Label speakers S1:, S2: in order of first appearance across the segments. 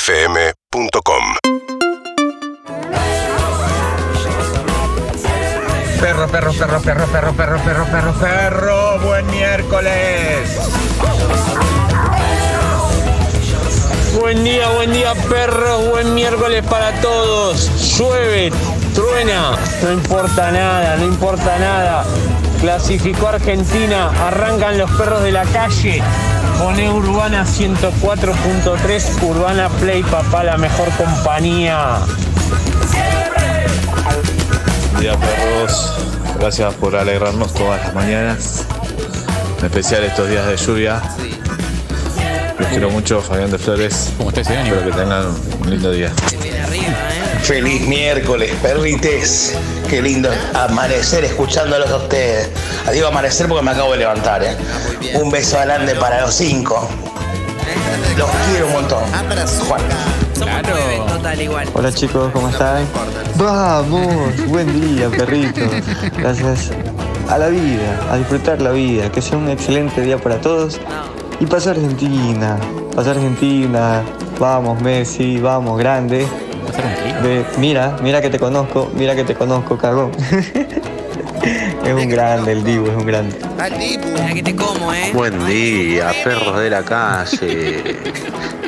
S1: UrbanaPlayFM.com
S2: Perro, perro, perro, perro, perro, perro, perro, perro, perro. Buen miércoles.
S3: Buen día, buen día perros, buen miércoles para todos. Llueve, truena, no importa nada, no importa nada. Clasificó Argentina, arrancan los perros de la calle. Pone Urbana 104.3, Urbana Play, papá, la mejor compañía.
S4: Buen día perros, gracias por alegrarnos todas las mañanas, en especial estos días de lluvia. Los quiero mucho, Fabián de Flores.
S5: Como está ese año.
S4: Espero que tengan un lindo día.
S6: Feliz miércoles, perrites. Qué lindo amanecer escuchándolos a ustedes. Ah, Digo amanecer porque me acabo de levantar. ¿eh? Un beso grande para los cinco. Los quiero un montón. Juan.
S5: Claro.
S7: Total igual.
S8: Hola chicos, ¿cómo están? Vamos, buen día perritos. Gracias a la vida, a disfrutar la vida, que sea un excelente día para todos. Y pasa Argentina, pasa Argentina, vamos Messi, vamos grande. Ve, mira, mira que te conozco, mira que te conozco, cagón. es un grande el Divo, es un grande.
S7: Mira que te como, eh.
S9: Buen día, perros de la calle.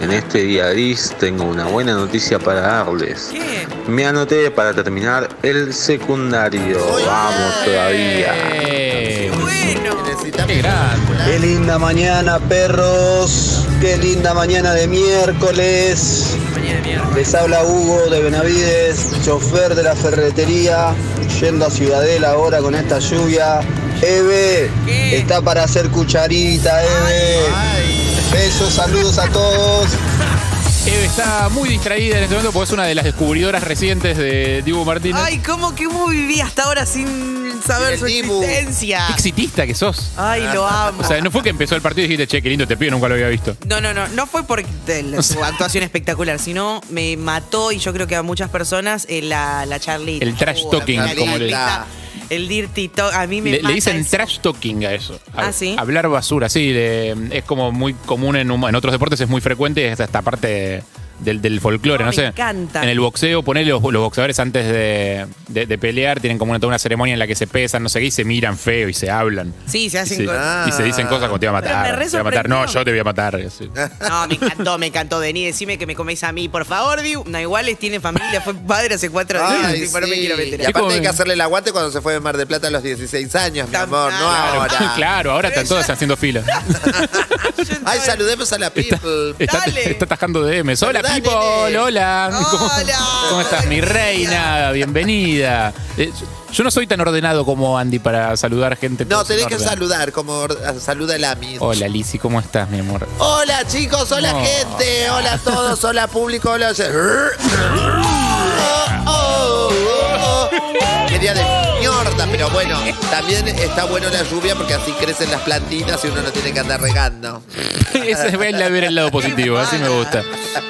S9: En este día gris tengo una buena noticia para darles.
S7: ¿Qué?
S9: Me anoté para terminar el secundario. Vamos todavía.
S5: Eh,
S7: Bueno.
S5: qué grande.
S10: Qué linda mañana, perros. Qué linda mañana de miércoles.
S7: Mañana miércoles.
S10: Les habla Hugo de Benavides, chofer de la ferretería, yendo a Ciudadela ahora con esta lluvia. Eve,
S7: ¿Qué?
S10: está para hacer cucharita, Eve. Besos, saludos a todos.
S5: Eve Eh, está muy distraída en este momento porque es una de las descubridoras recientes de Dibu Martínez.
S7: Ay, ¿cómo que Hugo vivía hasta ahora sin saber su existencia?
S5: Qué exitista que sos.
S7: Ay, lo amo.
S5: Ah, O sea, no fue que empezó el partido y dijiste, che, qué lindo te pido, nunca lo había visto.
S7: No, no, no, no fue por de-
S5: O
S7: su
S5: sea.
S7: actuación espectacular, sino me mató y yo creo que a muchas personas eh, la, la charlita.
S5: El trash
S7: Uh,
S5: talking,
S7: la
S5: como le-
S7: charlita, El dirty talk, a mí me
S5: Le, le
S7: mata
S5: dicen
S7: eso.
S5: trash talking a eso. A-
S7: Ah, ¿sí?
S5: Hablar basura, sí. de- es como muy común en, hum- en otros deportes, es muy frecuente, es esta parte del, del folclore,
S7: No,
S5: no,
S7: me
S5: sé.
S7: encanta.
S5: En el boxeo, poner los, los boxeadores antes de, de- de pelear, tienen como una, toda una ceremonia en la que se pesan, no sé qué, y se miran feo y se hablan.
S7: Sí, se
S5: Y
S7: hacen
S5: se,
S7: cosas.
S5: y se dicen cosas como te va a
S7: Pero me
S5: matar.
S7: re
S5: Te va a matar. No,
S7: sorprendió.
S5: yo te voy a matar. así.
S7: No, me encantó, me encantó. Vení, decime que me coméis a mí, por favor, Diu. No, igual es, tiene familia, fue padre hace cuatro días,
S11: Ay,
S7: tipo, no me
S11: sí.
S7: quiero
S11: Y
S7: meter.
S5: Es como-
S11: aparte hay que hacerle el aguante cuando se fue de Mar de Plata a los 16 años, mi
S7: Tan-
S11: amor, no
S7: Claro,
S11: ahora.
S5: claro, ahora están todas haciendo fila.
S11: Ay, saludemos a la people.
S5: Está,
S7: Dale.
S5: está atajando DMs. Hola,
S11: Dale,
S5: Pipo.
S11: nene.
S5: Hola. ¿Cómo,
S7: Hola.
S5: cómo estás? Mi reina. Bienvenida. Eh, yo no soy tan ordenado como Andy para saludar gente.
S11: No,
S5: pero
S11: tenés
S5: sin
S11: que
S5: orden.
S11: saludar, como or- saluda el AMI.
S5: Hola, Lizzy. ¿Cómo estás, mi amor?
S11: Hola chicos, hola
S5: No.
S11: gente, hola a todos, hola público, hola. Oh, oh, oh, oh. Qué día de mierda, pero bueno, también está bueno la lluvia porque así crecen las plantitas y uno no tiene que andar regando.
S5: Ese es ver, ver el lado positivo. Así me gusta.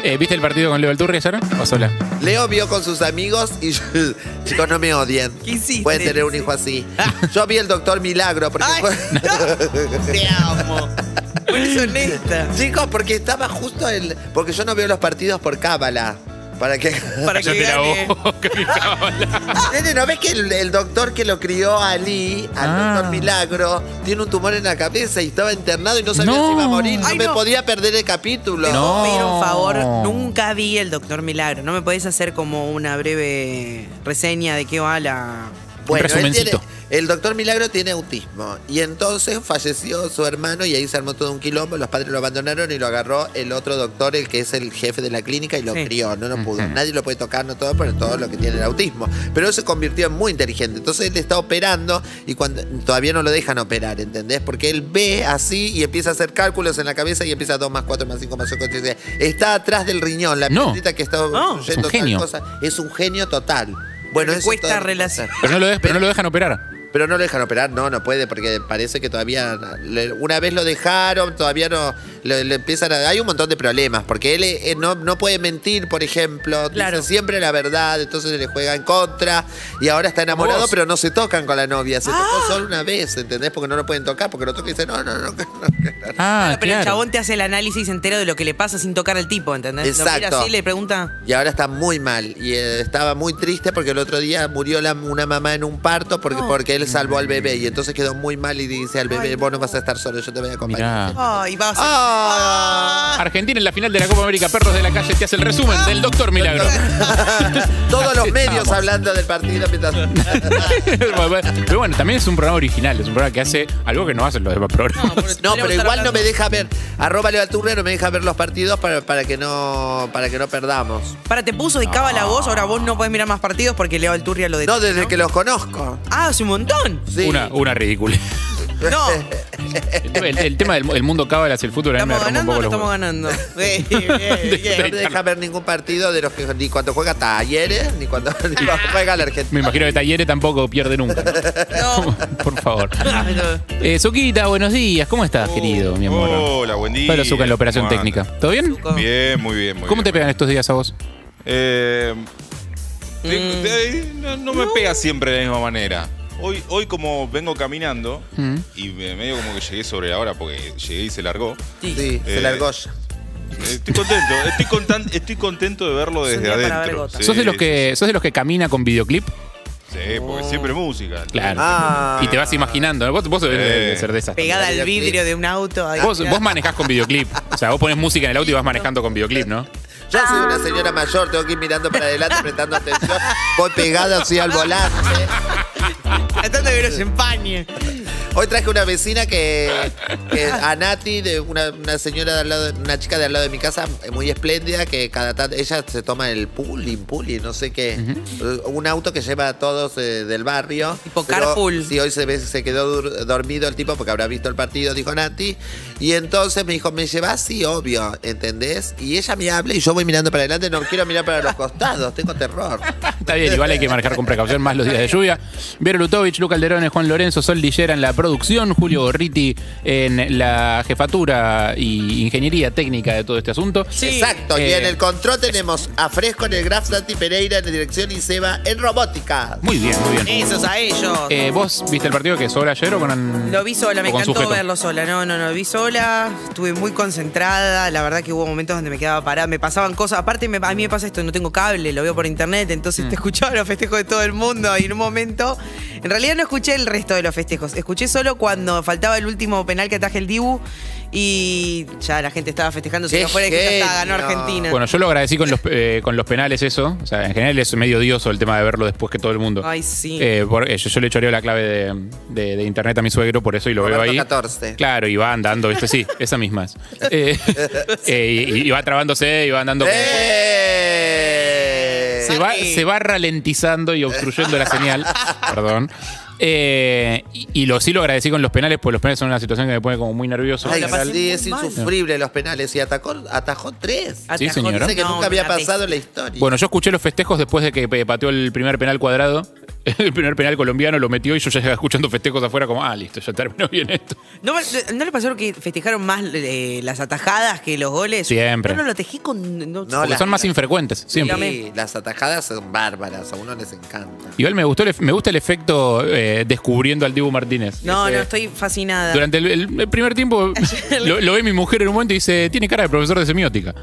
S5: Eh, ¿Viste el partido con Leo Alturri ayer o sola?
S11: Leo vio con sus amigos y yo- chicos no me odien.
S7: ¿Qué hiciste?
S11: Pueden tener un hijo así. Yo vi el doctor Milagro porque
S7: Ay,
S11: fue-
S7: no. Te amo. Por eso honesta.
S11: chicos porque estaba justo el porque yo no veo los partidos por cábala. Para que
S7: Para que
S5: Cállate la
S7: gane.
S5: boca, que cábala.
S11: Nene, ¿no ves que el, el doctor que lo crió a Ali, al
S5: Ah.
S11: doctor Milagro, tiene un tumor en la cabeza y estaba internado y no sabía
S5: No.
S11: si iba a morir? No
S7: Ay,
S11: me
S7: no.
S11: podía perder el capítulo.
S7: Te
S5: No.
S7: puedo pedir un favor. Nunca vi el Doctor Milagro. ¿No me podés hacer como una breve reseña de qué va la.
S11: Bueno, él tiene-
S5: resumencito.
S11: el doctor Milagro tiene autismo y entonces falleció su hermano y ahí se armó todo un quilombo, los padres lo abandonaron y lo agarró el otro doctor, el que es el jefe de la clínica y lo
S7: Sí.
S11: crió, no no pudo, nadie lo puede tocar, no todo, por todo lo que tiene el autismo, pero él se convirtió en muy inteligente, entonces él está operando y cuando todavía no lo dejan operar, ¿entendés? Porque él ve así y empieza a hacer cálculos en la cabeza y empieza 2 más 4 más 5 más 8, está atrás del riñón, la
S5: No.
S11: piedrita que está
S7: No,
S5: es un
S11: obstruyendo
S5: genio.
S11: tal cosa, es un genio total. Bueno,
S7: Me
S11: eso
S7: cuesta
S11: todo-
S7: relación.
S5: Pero no lo, de- pero no lo dejan operar.
S11: pero no lo dejan operar, no, no puede, porque parece que todavía. le- Una vez lo dejaron, todavía no, lo, lo empiezan a- hay un montón de problemas, porque él eh, no, no puede mentir, por ejemplo, dice siempre la verdad, entonces le juega en contra, y ahora está enamorado,
S7: Vos.
S11: pero no se tocan con la novia, se tocó solo una vez, ¿entendés? Porque no lo pueden tocar, porque lo toca y dice, no, no, no.
S5: Ah,
S7: Pero el chabón te hace el análisis entero de lo que le pasa sin tocar al tipo, ¿entendés? Lo mira
S11: Exacto.
S7: así y le pregunta.
S11: Y ahora está muy mal. Y eh, estaba muy triste porque el otro día murió la- una mamá en un parto porque, porque él salvó al bebé. Y entonces quedó muy mal y dice al bebé, vos no vas a estar solo, yo te voy a acompañar.
S7: Ay, vas
S11: Ah.
S5: Argentina en la final de la Copa América, Perros de la Calle, te hace el resumen del Doctor Milagro.
S11: Todos los medios hablando del partido mientras...
S5: Pero bueno, también es un programa original, es un programa que hace algo que no hacen los demás programas.
S11: No, pero igual no me deja ver. Arroba Leo Alturria no me deja ver los partidos para, para que no para que no perdamos.
S7: Para, te puso de cava la voz, ahora vos no podés mirar más partidos porque Leo Alturria lo de.
S11: No, desde que los conozco.
S7: Ah, hace un montón.
S5: Una, una ridícula.
S7: No,
S5: El, el tema del mu- el mundo cábala hacia el fútbol a mí me
S7: ¿estamos
S5: rompe un
S7: ganando o
S5: poco
S7: no
S5: los
S7: estamos
S5: huevos.
S7: ganando? Bien, bien, bien.
S11: No me deja ver ningún partido de los que ni cuando juega Talleres, ni cuando, ni cuando juega la Argentina.
S5: Me imagino que Talleres tampoco pierde nunca. Por favor. Eh, Zuquita, buenos días. ¿Cómo estás,
S12: Oh,
S5: querido, mi amor?
S12: Hola, buen día.
S5: Pero Zucca en la operación
S12: ¿Cómo
S5: técnica.
S12: andan?
S5: ¿Todo bien?
S12: Bien, muy bien, muy
S5: ¿Cómo
S12: bien.
S5: te pegan estos días a vos?
S12: Eh,
S11: Mm,
S12: te- te- no, no me pega siempre de la misma manera. Hoy, hoy como vengo caminando
S5: ¿Mm?
S12: y me- medio como que llegué sobre la hora porque llegué y se largó.
S11: Sí, se
S12: Eh,
S11: largó ya.
S12: Estoy contento, estoy, contan- estoy contento de verlo desde
S11: día para ver
S12: adentro. Sí,
S5: ¿Sos, de los que, ¿Sos de los que camina con videoclip?
S12: sí, eh, porque siempre música.
S5: Claro.
S12: Ah.
S5: Y te vas imaginando. ¿no? Vos, vos debés de- de
S12: Eh.
S5: ser de esas.
S7: Pegada al
S5: también.
S7: vidrio de un auto. ahí,
S5: Vos,
S7: mirá.
S5: vos manejás con videoclip. O sea, vos pones música en el auto y vas manejando con videoclip, ¿no?
S11: Yo soy una señora mayor, tengo que ir mirando para adelante, prestando atención. Voy pegada así al volante.
S7: Tratando de que no se empañe.
S11: Hoy traje una vecina que, que a Nati, de una, una señora de al lado, de- una chica de al lado de mi casa, eh, muy espléndida, que cada tanto, ella se toma el pulling, pulling, no sé qué. Eh, Un auto que lleva a todos eh, del barrio. Tipo
S7: carpool.
S11: Sí, hoy se, ve- se quedó dur- dormido el tipo porque habrá visto el partido, dijo Nati. Y entonces me dijo, ¿me llevas? Sí, obvio, ¿entendés? Y ella me habla y yo voy mirando para adelante, no quiero mirar para los costados, tengo terror.
S5: Está bien, igual hay que manejar con precaución más los días de lluvia. Vero Lutovich, Luca Alderone, Juan Lorenzo, Sol Lillera en la producción, Julio Gorriti en la jefatura y ingeniería técnica de todo este asunto.
S11: Exacto, y
S5: Eh,
S11: en el control tenemos a Fresco en el Graf Santi Pereira en dirección y Seba en robótica.
S5: Muy bien, muy bien.
S7: Esos a ellos.
S5: Eh, ¿Vos viste el partido que sola ayer o con.?
S7: Lo vi sola, me
S5: o con
S7: encantó
S5: sujeto?
S7: verlo sola. No, no, no, lo vi sola, estuve muy concentrada. La verdad que hubo momentos donde me quedaba parada, me pasaban cosas. Aparte, me- a mí me pasa esto, no tengo cable, lo veo por internet, entonces te escuchaba los festejos de todo el mundo. Y en un momento, en realidad no escuché el resto de los festejos, escuché solo cuando faltaba el último penal que ataje el Dibu y ya la gente estaba festejando. Si
S11: ¡Qué
S7: no fuera que ya está, ganó
S11: genio!
S7: Argentina.
S5: Bueno, yo lo agradecí con los, eh, con los penales, eso. O sea, en general es medio odioso el tema de verlo después que todo el mundo.
S7: Ay, sí.
S5: Eh, por- eh, yo, yo le choreo la clave de, de- de internet a mi suegro, por eso y lo veo
S11: Roberto
S5: ahí.
S11: 14.
S5: Claro, y va andando, ¿viste? Sí, esas mismas. Eh, eh, y, y va trabándose, y va andando. como-
S11: ¡Eh!
S5: se, va, se va ralentizando y obstruyendo la señal. Perdón. Eh, y, y lo, sí lo agradecí con los penales, porque los penales son una situación que me pone como muy nervioso. en
S11: Ay,
S5: general.
S11: sí, es insufrible los penales. Y atacó, atajó tres.
S5: Sí, señora.
S11: Dice que
S7: No,
S11: nunca había
S7: una bestia.
S11: pasado en la historia.
S5: Bueno, yo escuché los festejos después de que eh, pateó el primer penal cuadrado. El primer penal colombiano lo metió y yo ya estaba escuchando festejos afuera como, ah, listo, ya terminó bien esto.
S7: ¿No, ¿No le pasó que festejaron más eh, las atajadas que los goles?
S5: Siempre.
S7: Yo no lo tejé con. No,
S5: Porque
S11: la-
S5: son más infrecuentes, siempre.
S11: Sí, las atajadas son bárbaras. A uno les encanta.
S5: Igual me gustó el, ef- me gusta el efecto eh, descubriendo al Dibu Martínez.
S7: no,
S5: Ese-
S7: no, estoy fascinada.
S5: Durante el, el- el primer tiempo lo, lo ve mi mujer en un momento y dice, tiene cara de profesor de semiótica.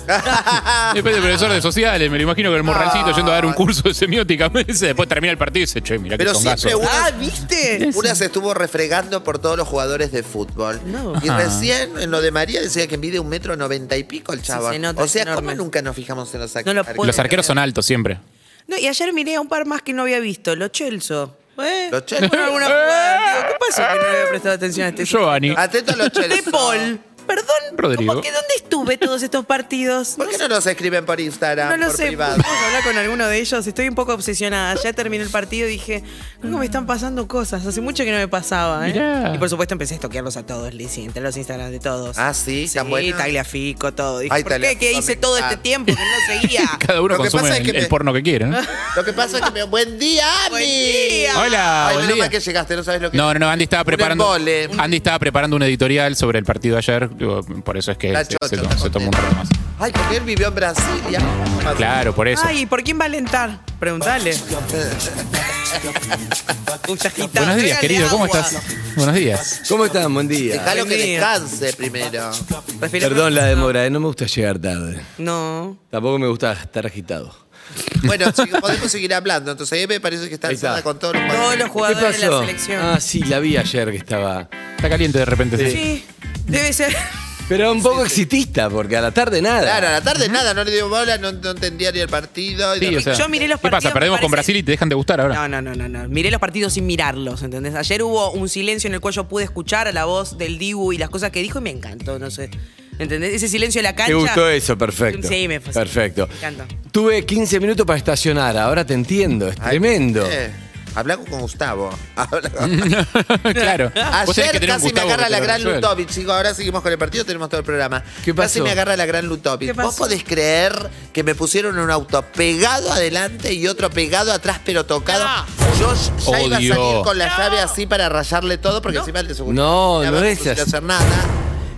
S5: Después de profesor de sociales, me lo imagino con el morralcito yendo a dar un curso de semiótica. Me dice, Después termina el partido y dice, che, mirá
S11: Pero
S5: que
S11: siempre
S5: tongazo.
S11: una,
S7: Ah, ¿viste?
S11: una se estuvo refregando por todos los jugadores de fútbol.
S7: No.
S11: Y
S5: Ajá.
S11: recién en lo de María decía que mide un metro noventa y pico el chaval.
S7: se nota,
S11: o sea,
S7: es
S11: ¿cómo
S7: enorme.
S11: nunca nos fijamos en los
S7: No lo
S11: arqueros?
S7: puedo
S5: Los arqueros son altos siempre.
S7: No, y ayer miré a un par más que no había visto, los Chelso. ¿Eh?
S11: Los Chelsea.
S7: Bueno, alguna jugada, digo, ¿Qué pasó que no había prestado atención a este
S5: Giovanni,
S11: Atento a los
S7: De
S11: Chelsea.
S7: Paul. Perdón,
S5: Rodrigo.
S7: ¿cómo que dónde estuve todos estos partidos?
S11: ¿Por qué no nos escriben por Instagram?
S7: No lo
S11: por
S7: sé,
S11: privado?
S7: ¿podemos hablar con alguno de ellos? Estoy un poco obsesionada. Ya terminó el partido y dije, creo que me están pasando cosas. Hace mucho que no me pasaba, ¿eh?
S5: Mirá.
S7: Y por supuesto empecé a estoquearlos a todos, Lizzy, entre los Instagram de todos.
S11: Ah, sí,
S7: sí,
S11: tan bueno.
S7: Tagliafico, todo. Dije,
S11: Ay,
S7: ¿por qué? ¿Qué
S11: Tagliafico,
S7: hice
S11: me
S7: todo este
S11: encanta.
S7: tiempo que no seguía?
S5: cada uno
S11: Lo que
S5: consume
S11: pasa es
S5: el,
S11: que
S5: el
S11: me-
S5: porno que quiere, ¿no?
S11: Lo que pasa es que me. ¡Buen día, Andy!
S7: Buen día.
S5: Hola,
S11: Ay,
S5: buen
S11: menos
S5: día.
S11: mal que llegaste, no sabes lo que.
S5: No, no, no, Andy estaba
S11: Un
S5: preparando.
S11: embole.
S5: Andy estaba preparando un editorial sobre el partido de ayer Digo, Por eso es que
S11: Está
S5: se,
S11: chocho,
S5: se to-
S11: está
S5: se tomó un rato más.
S11: Ay, porque él vivió en Brasilia.
S5: Claro, por eso.
S7: Ay, ¿y ¿por quién va a alentar? Preguntale.
S5: Buenos días, querido, ¿cómo estás? Buenos días.
S13: ¿Cómo están? Buen día.
S11: Dejalo que descanse primero.
S13: Perdón la demora, eh, no me gusta llegar tarde.
S7: No.
S13: Tampoco me gusta estar agitado.
S11: Bueno, sí, podemos seguir hablando. Entonces, Eve parece que está encerrada con todos los jugadores.
S13: Ah, sí, la vi ayer que estaba.
S5: Está caliente de repente.
S7: Sí, debe ser.
S13: Pero un poco exitista, porque a la tarde nada.
S11: Claro, a la tarde nada, no le dio bola, no, no entendía ni el partido.
S5: Sí, o sea, ¿Qué pasa? Perdemos con Brasil y te dejan de gustar ahora.
S7: No, no, no, no. Miré los partidos sin mirarlos, ¿entendés? Ayer hubo un silencio en el cual yo pude escuchar a la voz del Dibu y las cosas que dijo y me encantó, no sé. ¿Entendés? Ese silencio de la cancha.
S13: Te gustó eso, perfecto.
S7: Sí, me fascinó.
S13: Perfecto.
S7: Me encantó.
S13: Tuve 15 minutos para estacionar, ahora te entiendo, es tremendo.
S11: Eh, habla con Gustavo. Habla con-
S5: claro.
S13: Vos tenés que
S11: Ayer
S13: tener un
S11: casi me
S13: Gustavo
S11: agarra
S13: que
S11: la
S13: te lo
S11: gran
S13: resuelve.
S11: Lutovic. Digo, ahora seguimos con el partido, tenemos todo el programa.
S13: ¿Qué
S11: Casi
S13: pasó?
S11: me agarra la gran Lutovic. ¿Vos podés creer que me pusieron un auto pegado adelante y otro pegado atrás, pero tocado? Yo ya iba a salir
S13: Odio.
S11: con la llave así para rayarle todo, porque encima el de seguridad.
S13: No,
S11: ya
S13: no es
S11: pude
S13: así.
S11: hacer nada.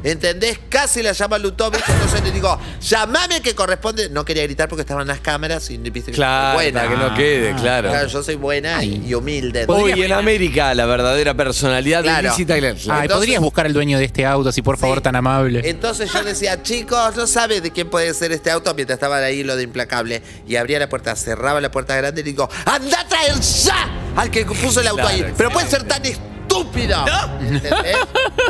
S11: ¿Entendés? Casi la llama Lutovic, entonces le digo, llamame que corresponde. No quería gritar porque estaban las cámaras y viste que
S13: Claro,
S11: soy buena.
S13: para que no quede, claro.
S11: Yo soy buena y, y humilde.
S13: Hoy
S11: ¿entendés?
S13: en América la verdadera personalidad
S11: Claro.
S13: ilícita.
S11: Ay,
S5: Ah,
S11: Entonces- Eh,
S5: ¿podrías buscar al dueño de este auto, si por favor, tan amable?
S11: Entonces yo decía, chicos, no sabes de quién puede ser este auto mientras estaba ahí lo de implacable. Y abría la puerta, cerraba la puerta grande y digo, anda a traer ya al que puso el auto
S13: Claro,
S11: ahí. Pero puede ser tan estúpido. ¿Entendés?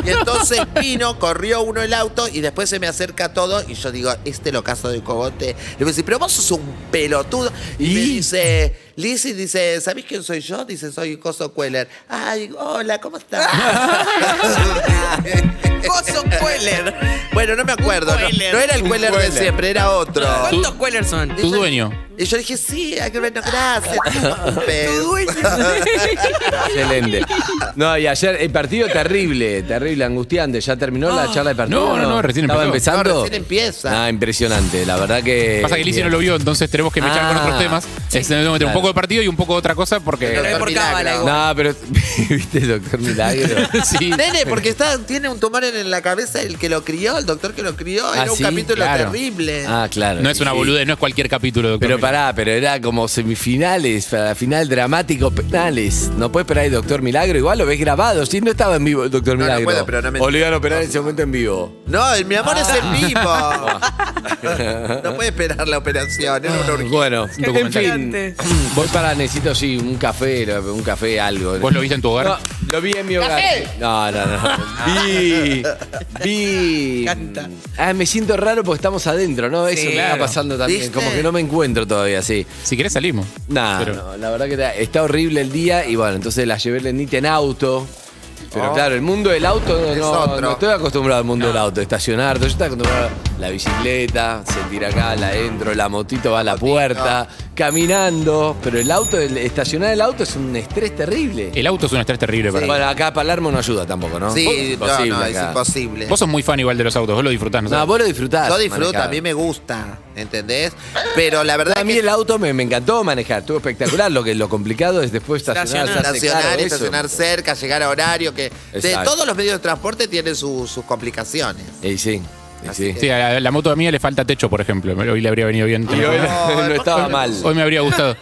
S11: Y entonces vino, corrió uno el auto y después se me acerca todo y yo digo, este locazo de cogote. Le voy a decir, pero vos sos un pelotudo. Y, me dice, Lizzy dice, ¿sabés quién soy yo? Dice, soy Coso Queller. Ay, hola, ¿cómo estás?
S13: Eh,
S7: Coso Queller.
S11: Bueno, no me acuerdo. No,
S7: Queller.
S11: no era el
S7: Un
S11: Queller de
S7: Queller.
S11: siempre, era otro.
S7: ¿Cuántos Queller son?
S5: Tu dueño.
S11: Y yo dije, sí, ay, qué bueno, gracias. Tu
S7: dueño.
S13: Excelente. No, y ayer el partido terrible, terrible, angustiante. ¿Ya terminó la charla de partido?
S5: Ah. No, no, no, recién
S13: ¿Estaba
S5: empezó.
S13: empezando?
S5: No, recién
S11: empieza.
S13: Ah, impresionante. La verdad que.
S5: Pasa que Lizzie no lo vio, entonces tenemos que mechar con
S13: Eh, Ah.
S5: otros temas. Es- tenemos que meter un
S13: Claro.
S5: poco de partido y un poco de otra cosa porque.
S11: Pero por cábala igual.
S13: No, pero. ¿Viste, doctor Milagro?
S5: sí.
S11: Nene, porque está, tiene un tumor en la cabeza el que lo crió, el doctor que lo crió.
S13: Ah,
S11: Era un
S13: ¿sí?
S11: capítulo
S13: Claro.
S11: terrible.
S13: Ah, claro.
S5: No es una
S13: Sí.
S5: boludez, no es cualquier capítulo. doctor
S13: Pero
S5: Milagro.
S13: pará, pero era como semifinales, para la final dramático, penales. No puede esperar el Doctor Milagro, igual lo ves grabado. Si no estaba en vivo el Doctor
S11: no
S13: Milagro.
S11: puedo, pero no me-
S13: O lo iban a operar en ese momento en vivo.
S11: No, el- mi amor es en vivo.
S13: Ah.
S11: no puede esperar la operación. Era una urgencia.
S13: Bueno, en fin.
S11: documental.
S13: Voy para, necesito sí, un café, un café, algo.
S5: ¿Vos lo viste en tu hogar?
S13: No, lo vi en mi hogar.
S5: ¡Café!
S13: No, no, no. Vi. Vi. Ah, me siento raro porque estamos adentro, ¿no? Eso
S5: Sí.
S13: me
S5: Claro.
S13: está pasando también.
S5: ¿Viste?
S13: Como que no me encuentro todavía, sí.
S5: Si querés salimos.
S13: Nah,
S5: Pero-
S13: no, la verdad que está, está horrible el día y bueno, entonces la llevé lendita en auto. Pero
S5: Oh.
S13: claro, el mundo del auto no,
S5: Es
S13: no-
S5: otro.
S13: no estoy acostumbrado al mundo del auto, estacionar, todo. yo estoy acostumbrado a la bicicleta, sentir acá, la entro, la motito va a la puerta, caminando, pero el auto, el- estacionar el auto es un estrés terrible.
S5: El auto es un estrés terrible para mí.
S13: Bueno, acá Palermo no ayuda tampoco, ¿no?
S11: Sí, no,
S13: Imposible
S11: no, es
S13: acá.
S11: imposible.
S5: Vos sos muy fan igual de los autos, vos lo disfrutás, ¿no?
S13: No, vos lo disfrutás.
S11: Yo disfruto,
S13: manejar.
S11: a mí me gusta, ¿entendés? Pero la verdad
S13: a mí el auto me, me encantó manejar, estuvo espectacular. Lo que lo complicado es después estacionar, hacerse
S11: Estacionar,
S13: cargo, eso.
S11: estacionar cerca, llegar a horario. que de-
S13: Exacto.
S11: Todos los medios de transporte tienen su- sus complicaciones.
S13: Y sí. y sí.
S5: Sí, a la, la moto a mí le falta techo, por ejemplo. Hoy le habría venido bien. tener-
S13: hoy no
S5: Hoy-
S13: estaba mal.
S5: Hoy me habría gustado.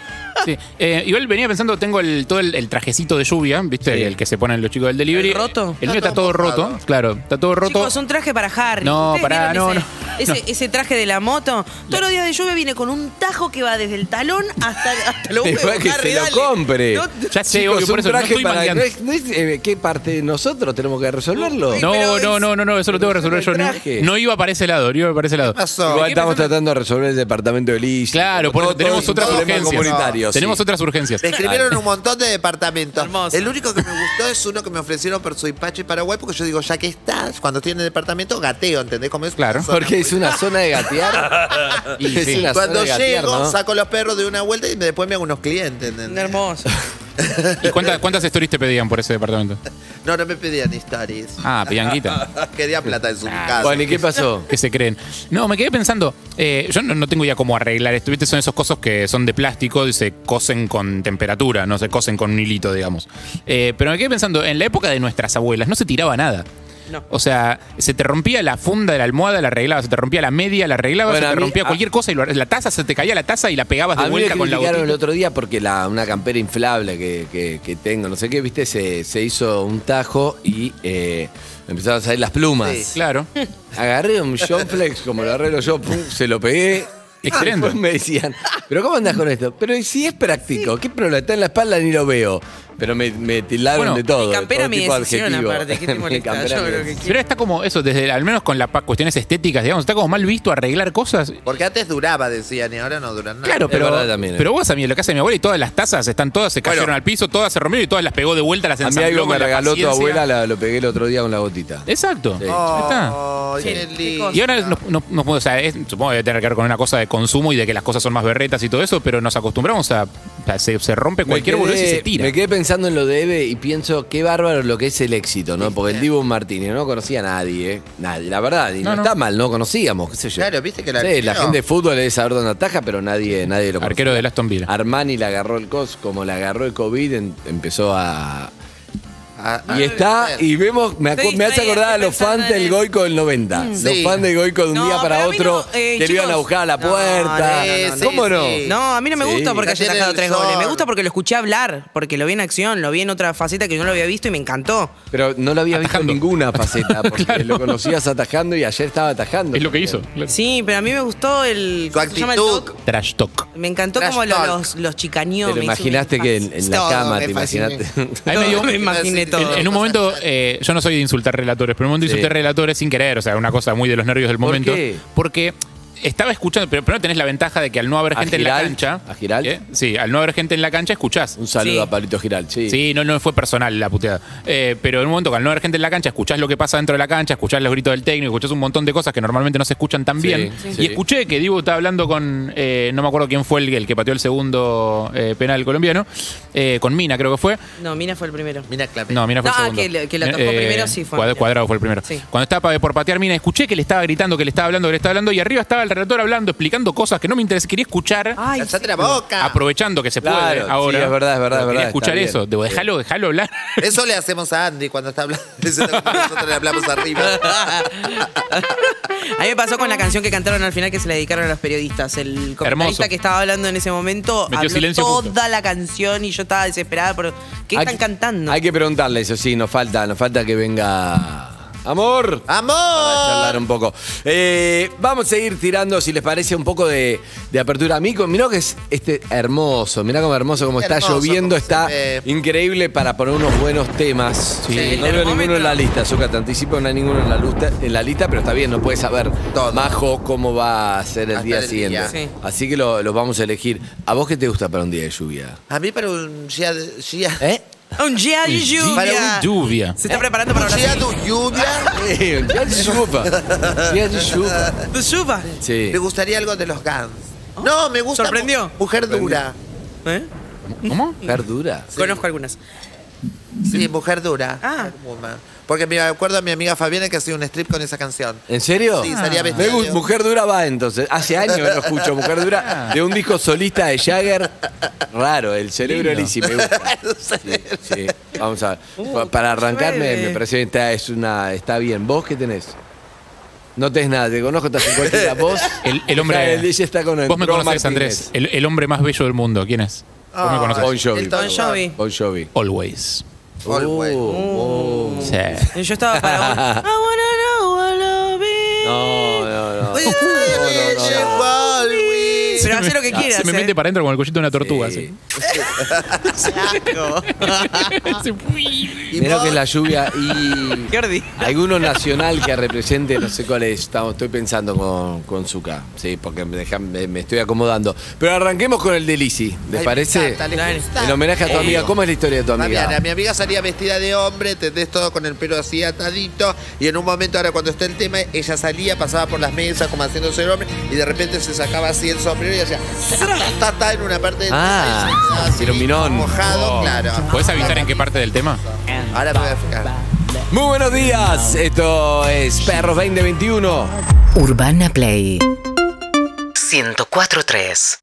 S5: Sí. Eh, igual venía pensando, tengo el, todo el, el trajecito de lluvia, ¿viste? El que se ponen los chicos del delivery. ¿El roto? El mío está todo roto, claro. Está todo roto.
S7: Chicos, un traje para Harry.
S5: No,
S7: ¿Ustedes
S5: pará,
S7: vieron
S5: no,
S7: ese,
S5: no,
S7: Ese, ese traje de la moto. Todos los días de lluvia viene con un tajo que va desde el talón hasta, hasta los huevos.
S13: Igual que
S7: Harry,
S13: se lo
S7: dale.
S13: compre.
S7: No-
S5: Ya sé,
S13: Chicos,
S5: obvio, por
S13: un
S5: eso no
S13: traje
S5: estoy
S13: para-
S5: mangueando.
S13: no es- no es, eh, ¿Qué parte de nosotros tenemos que resolverlo?
S5: No, no, no, no, no, eso lo tengo que resolver yo. No,
S13: traje.
S5: no iba para ese lado, no iba para ese lado.
S13: Igual estamos tratando de resolver el departamento de Liz.
S5: Claro, por eso tenemos otras
S13: comunitarios.
S5: urgencias. Tenemos otras urgencias.
S11: Describieron un montón de departamentos. El único que me gustó es uno que me ofrecieron por Suipacho y Paraguay, porque yo digo, ya que estás, cuando tiene departamento, gateo, ¿entendés cómo es?
S5: Claro.
S13: Porque es una zona de gatear.
S11: Y
S13: es
S11: sí.
S13: una
S11: Cuando
S13: zona de gatear,
S11: llego,
S13: ¿no?
S11: saco los perros de una vuelta y después me hago unos clientes. ¿entendés?
S7: Hermoso.
S5: ¿Y cuántas, cuántas stories te pedían por ese departamento?
S11: No, no me pedían stories.
S5: Ah, pedían guita.
S11: Quería plata en su casa.
S13: Ah, Bueno, ¿y qué pasó?
S5: ¿Qué se creen? No, me quedé pensando, eh, yo no, no tengo idea cómo arreglar esto, ¿viste? Son esos cosos que son de plástico y se cosen con temperatura, no se cosen con un hilito, digamos. Eh, pero me quedé pensando, en la época de nuestras abuelas no se tiraba nada. O sea, se te rompía la funda de la almohada, la arreglabas. Se te rompía la media, la arreglabas.
S13: Bueno,
S5: se
S13: a
S5: te
S13: mí-
S5: rompía
S13: a-
S5: cualquier cosa. Y lo- la taza, se te caía la taza y la pegabas
S13: A
S5: de
S13: mí me
S5: vuelta con la
S13: criticaron el
S5: botella.
S13: otro día porque la, una campera inflable que, que- que tengo, no sé qué, viste, se, se hizo un tajo y eh, empezaron a salir las plumas.
S5: Sí. Claro.
S13: Agarré un John Flex, como lo arreglo yo, pum, se lo pegué.
S5: Excelente.
S13: Después me decían, ¿pero cómo andás con esto? Pero ¿y si es práctico, ¿qué problema? Está en la espalda ni lo veo. Pero me, me tildaron
S5: Bueno,
S13: de todo.
S5: mi campera
S13: todo
S5: me
S13: tipo de
S5: deshicieron
S13: adjetivo.
S5: aparte, ¿qué te
S13: Mi
S5: molesta?
S13: campera
S5: Yo
S13: me
S5: creo
S13: des-
S5: Pero está como eso, desde al menos con las pa- cuestiones estéticas, digamos, está como mal visto arreglar cosas.
S11: Porque antes duraba, decían, y ahora no duran nada.
S5: Claro, pero,
S13: ¿eh?
S5: pero vos a mí, en la casa de mi abuela y todas las tazas están todas, se cayeron al piso, todas se rompieron y todas las pegó de vuelta, las
S13: A mí
S5: ensambló
S13: algo
S5: con
S13: me
S5: la
S13: regaló tu
S5: paciencia.
S13: abuela, la- lo pegué el otro día con la gotita.
S5: Exacto.
S13: Sí.
S5: Ahí está.
S11: Ay, qué lindo.
S5: Y ahora no, no- no puedo, o sea, es- supongo que debe tener que ver con una cosa de consumo y de que las cosas son más berretas y todo eso, pero nos acostumbramos a. a- se, se rompe cualquier
S13: Me quedé-
S5: boludez y se tira.
S13: Me quedé pensando en lo de Eve y pienso qué bárbaro lo que es el éxito, ¿no? Porque el Divo Martínez no conocía a nadie, ¿eh? Nadie, la verdad, y no,
S11: No, no.
S13: está mal, no conocíamos, qué sé yo.
S11: Claro, viste que la.
S13: Sí, la gente de fútbol debe saber dónde ataja, pero nadie, nadie lo conoce.
S5: Arquero del Aston Villa.
S13: Armani la agarró el cos, como la agarró el COVID, en- empezó a.
S11: Ah, ah,
S13: Y está, y vemos, me, acu-
S7: Estoy
S13: me hace
S7: distraída,
S13: acordar a
S7: estoy
S13: los fans
S7: pensando en
S13: del
S7: el-
S13: Goico del 90.
S7: Mm.
S13: Los
S7: Sí.
S13: fans del Goico de un
S7: No,
S13: día para
S7: pero a mí
S13: otro
S7: no, eh,
S13: te lo iban a
S7: chicos.
S13: buscar a la
S7: No,
S13: puerta.
S7: no, no, no.
S13: ¿Cómo no?
S7: No, a mí no me
S13: Sí.
S7: gusta porque haya atajado tres goles. Me gusta porque lo escuché hablar, porque lo vi en acción, lo vi en otra faceta que yo no lo había visto y me encantó.
S13: Pero no lo había visto en ninguna faceta, porque lo conocías atajando y ayer estaba atajando.
S5: Es lo que hizo.
S7: Sí, pero a mí me gustó el. ¿cómo se llama el toque?
S5: Trash talk.
S7: Me encantó
S11: Trash
S7: como lo-
S11: talk.
S7: los, los chicaneó.
S13: Te lo
S7: me hizo
S13: imaginaste
S7: un
S13: que en, en la
S7: Todo,
S13: cama,
S7: me
S13: te
S7: fasciné.
S13: imaginaste.
S5: Ahí me dio-
S7: me imaginé
S5: en-
S7: todo.
S5: En, un momento, eh, yo no soy de insultar relatores, pero en un momento
S13: Sí.
S5: insulté relatores sin querer, o sea, una cosa muy de los nervios del
S13: ¿Por
S5: momento.
S13: qué?
S5: Porque estaba escuchando, pero, pero no tenés la ventaja de que al no haber
S13: A
S5: gente en la
S13: Giral,
S5: cancha.
S13: a Giral.
S5: ¿eh? Sí, al no haber gente en la cancha, escuchás.
S13: Un saludo
S5: Sí.
S13: a Pablito Giral, sí.
S5: Sí, no, no fue personal la puteada. Eh, pero en un momento, que al no haber gente en la cancha, escuchás lo que pasa dentro de la cancha, escuchás los gritos del técnico, escuchás un montón de cosas que normalmente no se escuchan tan
S13: Sí,
S5: bien.
S13: sí.
S5: Y
S13: Sí.
S5: escuché que Dibu estaba hablando con, eh, no me acuerdo quién fue el, el que pateó el segundo eh, penal colombiano, eh, con Mina creo que fue.
S7: No, Mina fue el primero.
S11: Mina
S5: No, Mina fue
S7: Ah,
S5: el segundo.
S7: que le- que la tocó primero, sí, fue
S5: Cuadrado,
S7: Mina.
S5: Cuadrado fue el primero.
S7: Sí.
S5: Cuando estaba pa- por patear Mina, escuché que le estaba gritando, que le estaba hablando, que le estaba hablando, y arriba estaba el relator hablando, explicando cosas que no me interesaban. Quería escuchar.
S7: Ay,
S11: Cállate la boca.
S5: Aprovechando que se puede
S13: Claro, sí,
S5: ahora.
S13: es verdad, es verdad,
S5: Pero
S13: es
S5: quería
S13: verdad,
S5: escuchar
S13: está
S5: eso.
S13: bien.
S5: Debo dejarlo, dejarlo hablar.
S11: Eso le hacemos a Andy cuando está hablando. Eso es lo que Nosotros le hablamos arriba.
S7: A mí me pasó con la canción que cantaron al final que se la dedicaron a los periodistas. El comentarista
S5: Hermoso.
S7: que estaba hablando en ese momento
S5: Metió
S7: habló
S5: silencio
S7: toda
S5: justo.
S7: la canción y yo estaba desesperada por qué
S13: Hay
S7: están
S13: que-
S7: cantando.
S13: Hay que preguntarle eso, sí, nos falta, nos falta que venga. ¡Amor! Para charlar
S11: ¡Amor!
S13: un poco. Eh, vamos a seguir tirando, si les parece, un poco de, de apertura. A mí, con- mirá que es este hermoso, mirá cómo hermoso, como está
S11: Hermoso
S13: lloviendo,
S11: como se
S13: está
S11: ve.
S13: increíble para poner unos buenos temas.
S5: Sí. El
S13: No veo ninguno en la lista, Zucca, te anticipo, no hay ninguno en la, lista, en la lista, pero está bien, no puedes saber, Majo, cómo va a ser el
S11: Hasta
S13: día
S11: el
S13: siguiente.
S11: día. Sí.
S13: Así que lo- los vamos a elegir. ¿A vos qué te gusta para un día de lluvia?
S11: A mí para un día de lluvia.
S13: ¿Eh?
S7: Un día de
S11: Para un
S7: lluvia.
S5: Lluvia.
S7: Se está preparando para
S11: Un
S7: Brasil.
S11: día de lluvia.
S13: Un día de lluvia. Un día de lluvia.
S7: De lluvia.
S13: Sí.
S11: Me gustaría algo de los Guns. No, me gusta.
S7: Sorprendió.
S11: mu- Mujer dura.
S7: ¿Eh?
S5: ¿Cómo?
S13: Verdura.
S7: Conozco algunas.
S11: Sí, mujer dura.
S7: Ah.
S11: Woman. Porque me acuerdo a mi amiga Fabiana que hacía un strip con esa canción.
S13: ¿En serio?
S11: Sí, salía
S13: ah. Me
S11: vestida.
S13: gu- Mujer Dura va entonces. Hace años que no escucho Mujer Dura de un disco solista de Jagger. Raro, el cerebro
S5: Lindo.
S13: Lisi me gusta. Sí, sí. Vamos a ver. Pa-
S5: Uh,
S13: Para arrancarme,
S7: llueve.
S13: me parece que está, es una, está bien. ¿Vos qué tenés? No tenés nada, te conozco, estás en cualquiera. Vos.
S5: El, el hombre.
S13: Ya, el DJ está con
S5: vos me
S13: Andrés
S5: conocés,
S13: Martínez.
S5: Andrés. El, el hombre más bello del mundo. ¿Quién es? Vos me
S11: Ah,
S5: conocés.
S13: Bon Jovi.
S11: Elton
S7: Bon Jovi.
S13: Bon Jovi. Uh,
S5: Always.
S11: Always.
S13: Oh, oh.
S5: Sí.
S7: Yo estaba para un- I wanna know I love you.
S13: No, no, no.
S7: Oye,
S11: Always. Always.
S7: Pero hace lo que quieras.
S5: Ah, Se me
S7: ¿eh?
S5: mete para adentro con el cuellito de una tortuga.
S13: Sí.
S5: así.
S11: Y
S13: Mirá
S11: vos-
S13: que es la lluvia y.
S7: Qué ordi.
S13: Alguno nacional que represente, no sé cuál es, estamos- estoy pensando con, con Zuka, sí, porque me, deja- me- me estoy acomodando. Pero arranquemos con el de Lisi, ¿les
S11: Ay, me
S13: parece?
S11: encanta, le gusta.
S13: En homenaje a tu
S11: Obvio.
S13: amiga, ¿cómo es la historia de tu
S11: Fabiana,
S13: amiga?
S11: mi amiga salía vestida de hombre, tenés todo con el pelo así atadito. Y en un momento, ahora cuando está el tema, ella salía, pasaba por las mesas como haciéndose el hombre, y de repente se sacaba así el sombrero y hacía ta, ta, ta, en una parte del
S13: Ah,
S11: tema, y se quedaba así,
S13: Iluminón.
S11: Mojado,
S5: Oh.
S11: claro.
S5: ¿Podés avisar en qué parte del tema?
S11: Ahora me voy a fijar.
S13: Muy buenos días, esto es Perros 2021.
S14: Urbana Play 104.3